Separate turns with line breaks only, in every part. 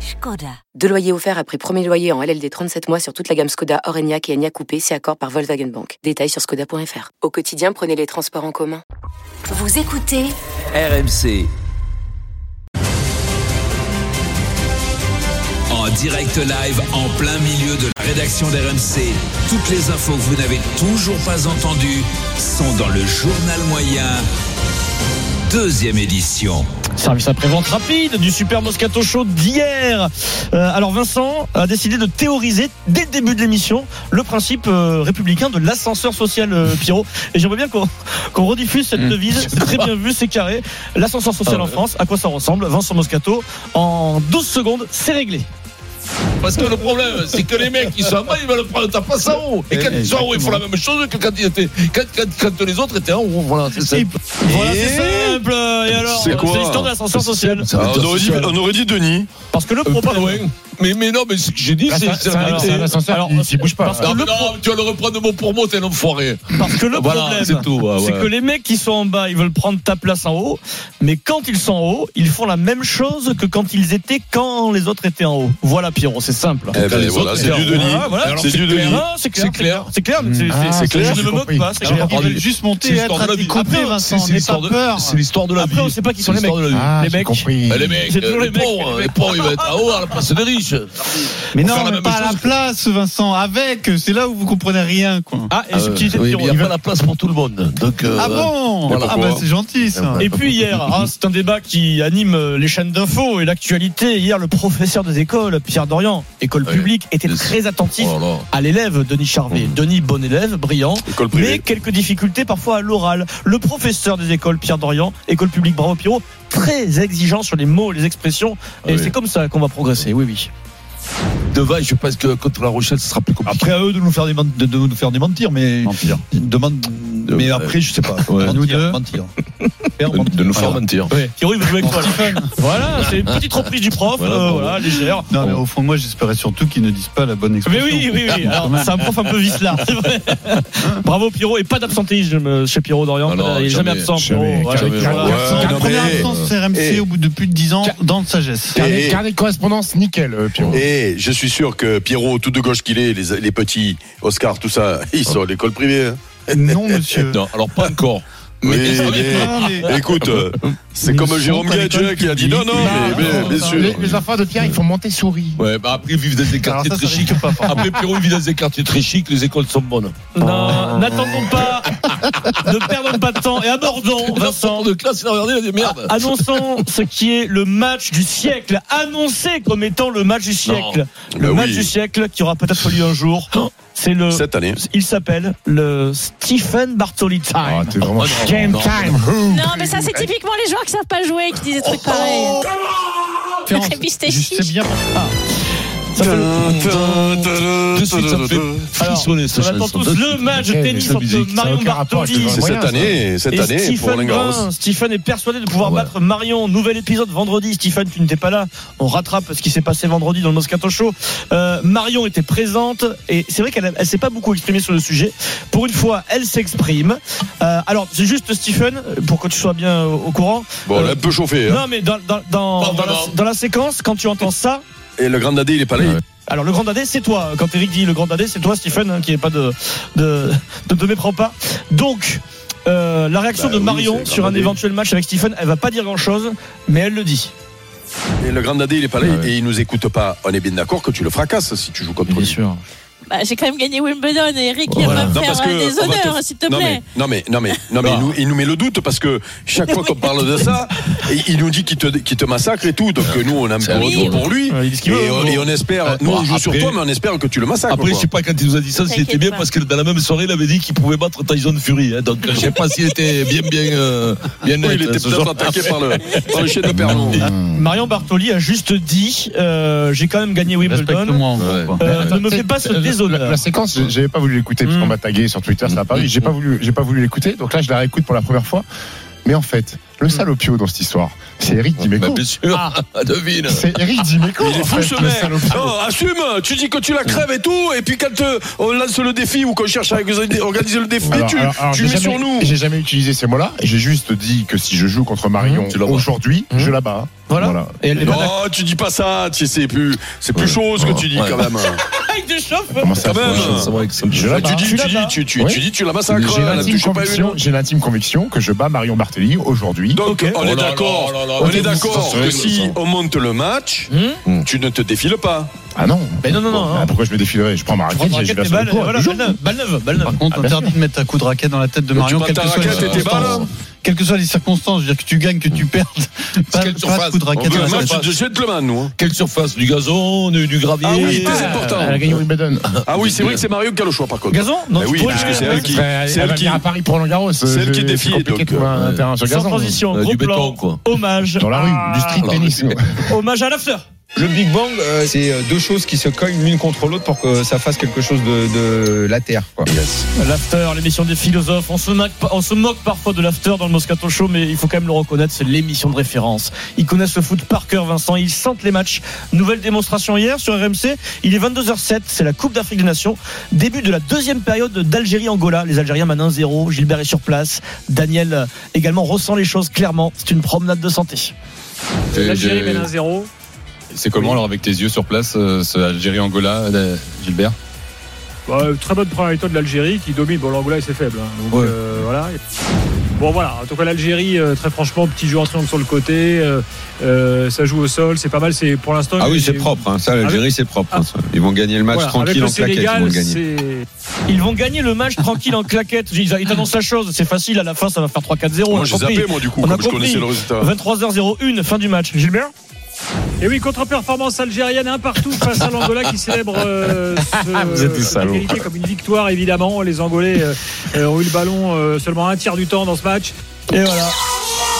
Skoda. Deux loyers offerts après premier loyer en LLD 37 mois sur toute la gamme Skoda, Orenia et Enya Coupé, c'est accord par Volkswagen Bank. Détails sur skoda.fr. Au quotidien, prenez les transports en commun.
Vous écoutez
RMC. En direct live, en plein milieu de la rédaction d'RMC, toutes les infos que vous n'avez toujours pas entendues sont dans le journal moyen, deuxième édition.
Service après-vente rapide du Super Moscato Show d'hier. Euh, alors Vincent a décidé de théoriser dès le début de l'émission le principe euh, républicain de l'ascenseur social euh, Pierrot. Et j'aimerais bien qu'on qu'on rediffuse
Hmm.
cette devise. C'est très bien vu, c'est carré. L'ascenseur social
Ah
en France, à quoi ça ressemble Vincent Moscato, en 12 secondes, c'est réglé.
Parce que le problème, c'est que les mecs, ils sont en bas, ils veulent prendre ta place en haut. Et quand ils sont en haut, ils font la même chose que quand, ils étaient, quand, quand, quand les autres étaient en haut. Voilà, c'est ça.
Et- Voilà, c'est simple. Et alors, c'est
c'est quoi
l'histoire de l'ascenseur social.
Ça,
Ah, on, aurait dit, on aurait dit Denis.
Parce que le
Euh, pas
problème.
loin. Mais, mais non, mais ce que j'ai dit, c'est c'est la vérité.
Alors, parce que
Non,
le
mais
pro-
non, tu vas le reprendre mot pour mot, t'es un enfoiré.
Parce que le
Voilà,
problème,
c'est tout. ouais,
c'est
Ah ouais.
que les mecs qui sont en bas, ils veulent prendre ta place en haut, mais quand ils sont en haut, ils font la même chose que quand ils étaient quand les autres étaient en haut. Voilà Pierrot, c'est simple.
Eh ben,
Allez,
les
voilà,
autres,
c'est du Denis.
Ah, voilà.
c'est du
C'est
Denis.
clair, Ah, c'est clair,
C'est clair.
c'est clair, mais c'est-
Ah,
c'est-
c'est clair,
Je
j'ai
ne me moque
compris.
pas, c'est clair.
Alors, ils veulent juste monter et être
l'histoire de la vie.
découpé,
Après,
Vincent.
c'est
N'aie
l'histoire
pas
de-
peur.
C'est l'histoire de la vie.
Après, on sait pas qui sont les
C'est l'histoire
mecs.
euh,
de la vie.
Ah,
les
j'ai
mecs.
compris.
Eh, Les mecs,
C'est toujours
les
les mecs.
pauvres, les pauvres, ils vont être en haut à la place des riches.
Mais
Faut
non,
faire la
mais
même
pas à
chose
la place, Vincent. Avec, c'est là où vous comprenez rien, quoi.
Ah, et subtilité de
Oui, mais
Pierrot.
il n'y a pas la place pour tout le monde. Donc, euh,
Ah bon
voilà.
Ah bah c'est gentil ça.
Et puis hier, ah, c'est un débat qui anime euh, les chaînes d'infos et l'actualité. Hier, le professeur des écoles, Pierre Dorian, école
Oui.
publique, était
Yes.
très attentif
oh là là.
à l'élève Denis Charvet. Denis, bon élève, brillant,
École
mais
privée.
quelques difficultés parfois à l'oral. Le professeur des écoles, Pierre Dorian, école publique, bravo Pierrot, très exigeant sur les mots, les expressions. Et
Oui.
c'est comme ça qu'on va progresser, oui, oui.
Devant, je pense que contre la Rochelle, ce sera plus compliqué.
Après à eux de nous faire des men- de, de nous faire des mentir mais
Mentir.
une demande mais
Euh,
après je sais pas.
ouais.
Nous
Mentir,
deux mentir. Faire
De,
mentir.
de nous faire
Voilà.
mentir.
Pierrot, il veut jouer avec toi. là. Voilà, c'est une petite reprise du prof,
Voilà,
euh,
bravo.
voilà, légère.
Non mais au fond moi j'espérais surtout qu'ils ne disent pas la bonne
Mais
expression.
oui, oui, oui. Alors, c'est un prof un peu vicelard, c'est vrai. Bravo Pierrot et pas d'absentéisme euh, chez Pierrot Dorian.
Ah non,
il est jamais
jamais,
absent.
jamais,
Pierrot.
jamais,
Voilà.
jamais.
Ouais,
La
non,
première
mais-
absence RMC
eh.
au bout de plus de 10 ans
Ca-
dans le sagesse.
Carnet,
Et-
carnet de correspondance, nickel, euh, Pierrot.
Et je suis sûr que Pierrot, tout de gauche qu'il est, les, les petits, Oscar, tout ça, ils sont à l'école privée. hein.
Non monsieur.
Non, alors pas encore.
Mais,
Mais-
mais-
Non, mais-
écoute, euh, c'est
Ils
comme
sont
Jérôme
à l'école
Gadget qui a dit non, non,
publique.
mais, mais-
non,
bien
non,
sûr.
Les, les enfants de Pierre, ils font monter souris.
Ouais, bah après, ils vivent dans des
Alors
quartiers
ça, ça
très chics.
risque pas.
Après, Pierrot, ils vivent dans des quartiers très chics, les écoles sont bonnes.
Non, n'attendons pas, ne perdons pas de temps et abordons,
Là, sort
Vincent.
de classe, il a regardé, il a dit merde.
Ah,
Annonçons ce qui est le match du siècle, annoncé comme étant le match du siècle. le
Ben
match
oui.
du siècle qui aura peut-être lieu un jour. C'est le.
Cette année.
Il s'appelle le Stephen Bartoli
Ah,
Time.
t'es vraiment.
Game
non.
time.
Non, mais ça, c'est typiquement les joueurs qui savent pas jouer, qui disent des trucs pareils.
Ferrand,
Et puis, je t'ai
Je sais
chiche.
bien.
Ça fait
De suite, ça me fait
ah,
frissonner,
On
cette
attend
chanson.
tous le match de
Eh,
tennis
cette
entre
musique,
ça a
Marion
aucun rapport avec
Bartoli
le
C'est
Moyen,
cette
ça.
année, cette
et
année pour
Stephen
Roland Garros.
Brun. Stephen est persuadé de pouvoir
Ah ouais.
battre Marion. Nouvel épisode vendredi. Stephen, tu n'étais pas là. On rattrape ce qui s'est passé vendredi dans le Moscato Show. Euh, Marion était présente et c'est vrai qu'elle a- elle s'est pas beaucoup exprimée sur le sujet. Pour une fois, elle s'exprime. Euh, alors, c'est juste Stephen, pour que tu sois bien au, au courant.
Bon, elle
Euh,
a un peu chauffé. hein.
Non, mais dans, dans, dans-
Pas
dans la,
vraiment.
dans la séquence, quand tu entends ça,
Et le grand dadé, il est pas là. il-
alors le grand dadé c'est toi. Quand Eric dit le grand dadé c'est toi Stephen hein, qui est pas de de de, de méprends pas. Donc euh, la réaction
Bah
de
oui,
Marion
c'est
sur
grand
un
dadé.
éventuel match avec Stephen, elle va pas dire grand chose, mais elle le dit.
Et le grand dadé, il est pas là. Et il nous écoute pas. On est bien d'accord que tu le fracasses si tu joues contre lui.
sûr.
Bah, j'ai quand même gagné Wimbledon et Eric, il
Voilà.
va me
Non,
faire
parce que
euh, des
on va te-
honneurs, s'il te
Non mais,
plaît.
non mais, non mais, non mais, il nous, il nous met le doute parce que chaque fois qu'on parle de ça, et il nous dit qu'il te, qu'il te massacre et tout. Donc nous, on a un peu
C'est
retour
horrible.
pour lui.
Ouais, Euh, il dit ce
Et,
qu'il veut,
on-
bon.
et on espère, nous on
Bon,
joue sur
après-
toi, mais on espère que tu le massacres.
Après, je
quoi.
sais pas quand il nous a dit ça, s'il
T'inquiète
était bien,
pas.
parce que dans la même soirée, il avait dit qu'il pouvait battre Tyson Fury. hein. donc, je sais pas s'il était bien, bien, euh, bien
Oui,
net,
il
hein,
était
ce
peut-être
soir.
attaqué par le, par le chien de Pernon.
Marion Bartoli a juste dit euh, j'ai quand même gagné Wimbledon.
Respecte-moi encore.
Ouais.
quoi.
Euh, ne me fais pas ce honneurs.
la, la séquence, j'ai- j'avais pas voulu l'écouter parce
Mm.
qu'on m'a tagué sur Twitter, ça a paru. J'ai pas
Hmm.
voulu, j'ai pas voulu l'écouter. Donc là, je la réécoute pour la première fois. Mais en fait,
Hmm.
le salopio dans cette histoire, c'est Eric
Bah,
Dimeco.
bien sûr,
Ah.
devine.
C'est Eric Dimeco.
Il est
en
fou
fait,
ce
le
mec
salopio.
Non, assume Tu dis que tu la crèves et tout, et puis quand euh, on lance le défi ou qu'on cherche à organiser le défi,
Alors,
tu,
alors, alors,
tu
j'ai
mets
jamais-
sur nous
J'ai jamais utilisé ces mots-là. J'ai juste dit que si je joue contre Marion
Tu la bats.
aujourd'hui, je la bats.
Voilà. Et elle est pas
Non, tu dis pas ça, tu sais, c'est plus, c'est plus
Ouais.
chaud ce que tu dis
Ouais.
quand même.
Avec des chauffes
Comment ça
Quand
se
même.
fait
C'est vrai que ça me
Je
choque.
la bats.
Tu dis, tu
la
dis,
bats.
tu, tu,
Ouais.
tu dis, tu la massacres,
J'ai
elle la
l'intime
touche pas une.
conviction- j'ai l'intime conviction que je bats Marion Barthélémy aujourd'hui.
Donc, on est
Oh là
d'accord.
là là là,
On
mais
est d'accord
vous-
que si on monte le match, tu ne te défiles pas.
Ah non
Mais non, non, non,
Bon,
non.
ah, Pourquoi je me défilerais Je prends ma raquette, je vais
Balle
sur le
balle
court, je joue.
neuve, balle neuve, balle neuve.
Par contre,
Ah, bien
interdit de mettre un coup de raquette dans la tête de
Donc,
Marion,
tu
quelles
prends
que
ta
soient les
raquette et tes
circonstances.
balles.
Quelles que soient les circonstances, je veux dire que tu gagnes, que tu perdes, pas, pas
quelle
de
surface
coup de raquette
On
dans
Le
la
veut
match
tête.
de gentleman, nous. hein.
Quelle surface Du gazon, du du gravier
Ah oui,
Ah,
c'est important.
Elle a gagné Wimbledon.
Ah oui, c'est vrai que c'est Mario qui a le choix, par contre.
Gazon Non,
Bah
tu
oui,
pourrais
parce que
le
c'est
faire.
elle qui- c'est elle
Elle va
qui-
venir à Paris pour Roland Garros.
C'est elle qui défie, donc,
un
euh,
terrain sur
Sans
gazon.
transition,
Euh,
gros
du béton,
plan.
quoi.
Hommage.
Dans la
à-
rue, du street tennis.
Hommage à l'after.
Le Big Bang, euh, c'est euh, deux choses qui se cognent l'une contre l'autre pour que ça fasse quelque chose de, de la Terre. Quoi.
L'after, l'émission des philosophes. On se, moque, on se moque parfois de l'after dans le Moscato Show, mais il faut quand même le reconnaître, c'est l'émission de référence. Ils connaissent le foot par cœur, Vincent. Ils sentent les matchs. Nouvelle démonstration hier sur RMC. Il est 22h07, c'est la Coupe d'Afrique des Nations. Début de la deuxième période d'Algérie-Angola. Les Algériens mènent 1-0. Gilbert est sur place. Daniel euh, également ressent les choses clairement. C'est une promenade de santé.
L'Algérie mène
1-0.
C'est comment alors avec tes yeux sur place,
euh,
ce Algérie-Angola, Gilbert
Bah, euh, très bonne première étoile de l'Algérie qui domine. Bon, l'Angola, c'est faible. hein. Donc,
Ouais.
euh, voilà. Bon, voilà. En tout cas, l'Algérie, euh, très franchement, petit jeu en triangle sur le côté. euh, euh, ça joue au sol. C'est pas mal. C'est pour l'instant.
Ah oui,
j'ai-
c'est propre, hein, ça l'Algérie c'est propre. hein, ça. Ils vont gagner le match
voilà, avec
tranquille en
le
plaquette, ils vont
Sénégal,
le gagner.
c'est-
Ils vont gagner le match tranquille en claquette. Ils ils annoncent la chose. C'est facile. À la fin, ça va faire 3-4-0. on
Moi,
a
j'ai
compris.
zappé, moi, du coup,
On a
comme je
compris.
connaissais le résultat.
23h01, fin du match. Gilbert
Et oui, contre-performance algérienne, un partout face à l'Angola qui célèbre euh, ce-
Vous êtes des
cette
salauds.
égalité comme une victoire, évidemment. Les Angolais euh, euh, ont eu le ballon euh, seulement un tiers du temps dans ce match.
Et voilà.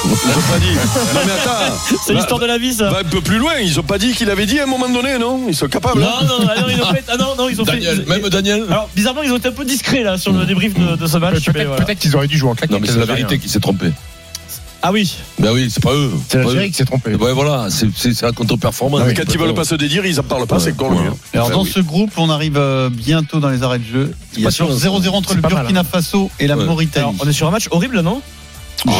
Ils ont pas dit. Non, mais attends,
C'est l'histoire de la vie, ça.
va un peu plus loin. Ils ont pas dit qu'il avait dit à un moment donné, non Ils sont capables. hein
Non, non, ah non, ils ont fait. Ah non, non, ils ont
Daniel,
fait.
même Daniel.
Alors, bizarrement, ils ont été un peu discrets, là, sur le débrief de, de ce match.
Peut-être
mais voilà.
peut-être qu'ils auraient dû jouer en claquette.
Non, mais c'est la
les Algériens.
vérité qui s'est trompée.
Ah oui.
Ben oui, c'est pas eux.
C'est
Pas
l'Algérie
eux.
qui s'est trompée.
Ouais, voilà, c'est c'est- c'est la contre-performance.
Ah
Non, mais
Quand ils veulent pas se dédire, ils en parlent pas, c'est con. lui, hein.
Alors
Bah
dans
oui.
ce groupe, on arrive euh, bientôt dans les arrêts de jeu. Il y a
pas sûr,
toujours
hein.
0-0 entre
C'est
le
pas mal,
Burkina Faso et la
Ouais.
Alors,
Mauritanie.
on est sur un match horrible, non
Ah,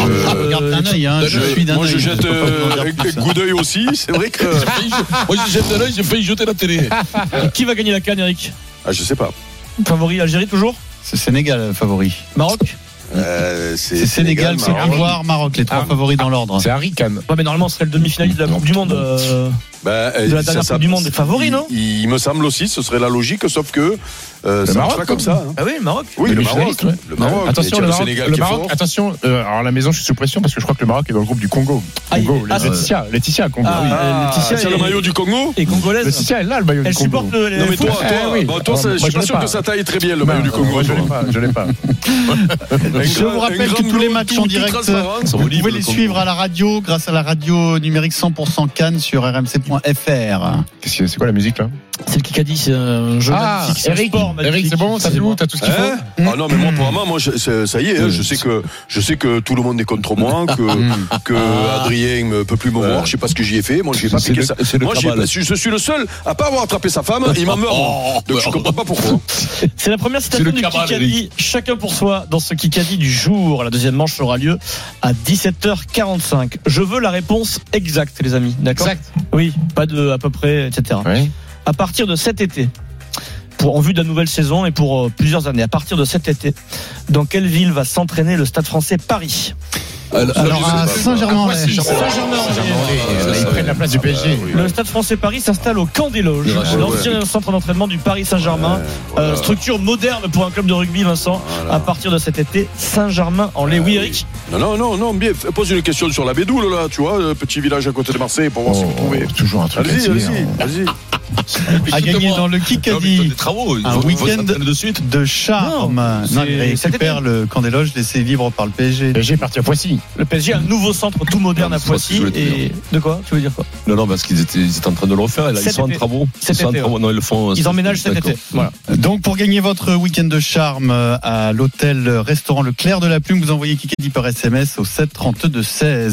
regarde d'un œil, hein, je suis d'un
Moi, je
œil,
jette
peux pas vous en
euh,
dire
un
plus, hein.
coup d'œil aussi. C'est vrai que.
J'ai failli- Moi, j'ai jeté l'œil, j'ai failli jeter la télé.
Ah,
Qui va gagner la canne, Eric
Ah, je sais pas.
Favori, Algérie, toujours
C'est Sénégal euh, favori.
Maroc
Euh,
C'est Sénégal, c'est
Maroc.
Ivoire, Maroc, les trois
Ah.
favoris dans l'ordre.
C'est Harry Kane.
Ouais, mais normalement, ce serait le demi-finaliste de la Coupe du Monde. euh,
Bah, euh,
De la
ça,
dernière
ça-
Coupe du Monde, des favoris, non
il, il me semble aussi, ce serait la logique, sauf que euh, ça marche
Maroc,
pas comme ça. hein.
Ah oui, Maroc.
Oui,
Mais
le
le
Maroc.
finaliste, ouais.
Le Maroc.
attention,
mais
le
tiens,
Maroc,
Sénégal
le
qui est
Maroc,
fort.
attention, euh, alors à la maison je suis sous pression parce que je crois que le Maroc est dans le groupe du Congo.
Ah, il-
Congo,
ah, c'est-
Laetitia, Laetitia, Congo.
Ah,
oui.
euh, Laetitia,
c'est
elle
le
est-
maillot du Congo
Et congolaise.
Laetitia, elle a Bah, le maillot
Elle
du Congo.
supporte euh, le.
Non, mais
le foot.
toi, toi,
Eh oui.
bah, toi,
Ah,
ça-
moi,
je suis
je
pas
l'ai
sûr
pas.
que ça taille très bien, le
Non,
maillot du
non,
Congo.
moi, je
toi.
l'ai pas, je l'ai pas.
Un
Je
grand-
vous
un
rappelle
grand
que tous les
bleu,
matchs
tout-
en
tout
direct,
transparent.
euh, vous pouvez les suivre à la radio grâce à la radio numérique 100% Cannes sur rmc.fr.
Qu'est-ce que- C'est quoi la musique là
C'est le Kikadi, c'est euh, un jeu
Ah,
magnifique, c'est un
Eric,
sport magnifique.
Eric, c'est bon, t'as tout,
Excusez-moi.
t'as tout ce qu'il faut.
Hein
Mm.
ah non mais moi pour moi moi je- c'est- ça y est hein, je sais que je sais que tout le monde est contre moi
Mm.
que que Adrien ne peut plus me voir je sais pas ce que j'y ai fait moi j'ai pas
Ah. C'est
piqué
le-
ça
c'est le
moi j'ai-
cabal.
je, je suis le seul à pas avoir attrapé sa femme il m'en meurt
Oh,
donc je
merde.
comprends pas pourquoi
C'est la première
C'est
citation
le
du
cabal,
Kikadi, chacun pour soi, dans ce Kikadi du jour. La deuxième manche aura lieu à 17h45. Je veux la réponse exacte, les amis. D'accord
Exact.
Oui, pas de à peu près, etc.
Ouais.
À partir de cet été, pour, en vue de la nouvelle saison et pour euh, plusieurs années, à partir de cet été, dans quelle ville va s'entraîner le stade français Paris
Alors,
Alors à
Ah,
Saint-Germain-en-Laye.
Voici,
ça,
Ils
ça,
prennent la place du PSG.
Le stade français Paris s'installe au camp des loges,
Ouais, ouais.
l'ancien centre d'entraînement du Paris Saint-Germain. Euh, structure moderne pour un club de rugby, Vincent, à partir de cet été, Saint-Germain en laye Oui, Eric
non non non non bien f- pose une question sur la Bédoule là tu vois le petit euh, village à côté de Marseille pour voir si vous
Oh,
pouvez
Toujours un truc.
allez-y
là-dessus,
allez-y
hein.
allez-y
a gagné
Justement.
dans le
Non, mais
Kikadi
toi, tes travaux, ils
un
vont- vont
week-end
s'atteler de suite.
de charme.
Non,
Non, il
c'est-
récupère le camp des loges laissé libre par le PSG.
PSG est parti à Poissy.
Le PSG a un nouveau centre tout moderne à Poissy. Et de quoi Tu veux dire quoi
Non, non, parce qu'ils étaient, ils étaient en train de le refaire. Et là, ils
Cet
sont en
été.
travaux. Ils
Cet
sont en
été,
travaux.
ouais.
Non, ils le font. euh,
Ils emménagent cet
d'accord.
été. Voilà.
Donc pour gagner votre week-end de charme euh, à l'hôtel euh, restaurant Le Clair de la Plume, vous envoyez Kikadi par SMS au 7 32 16.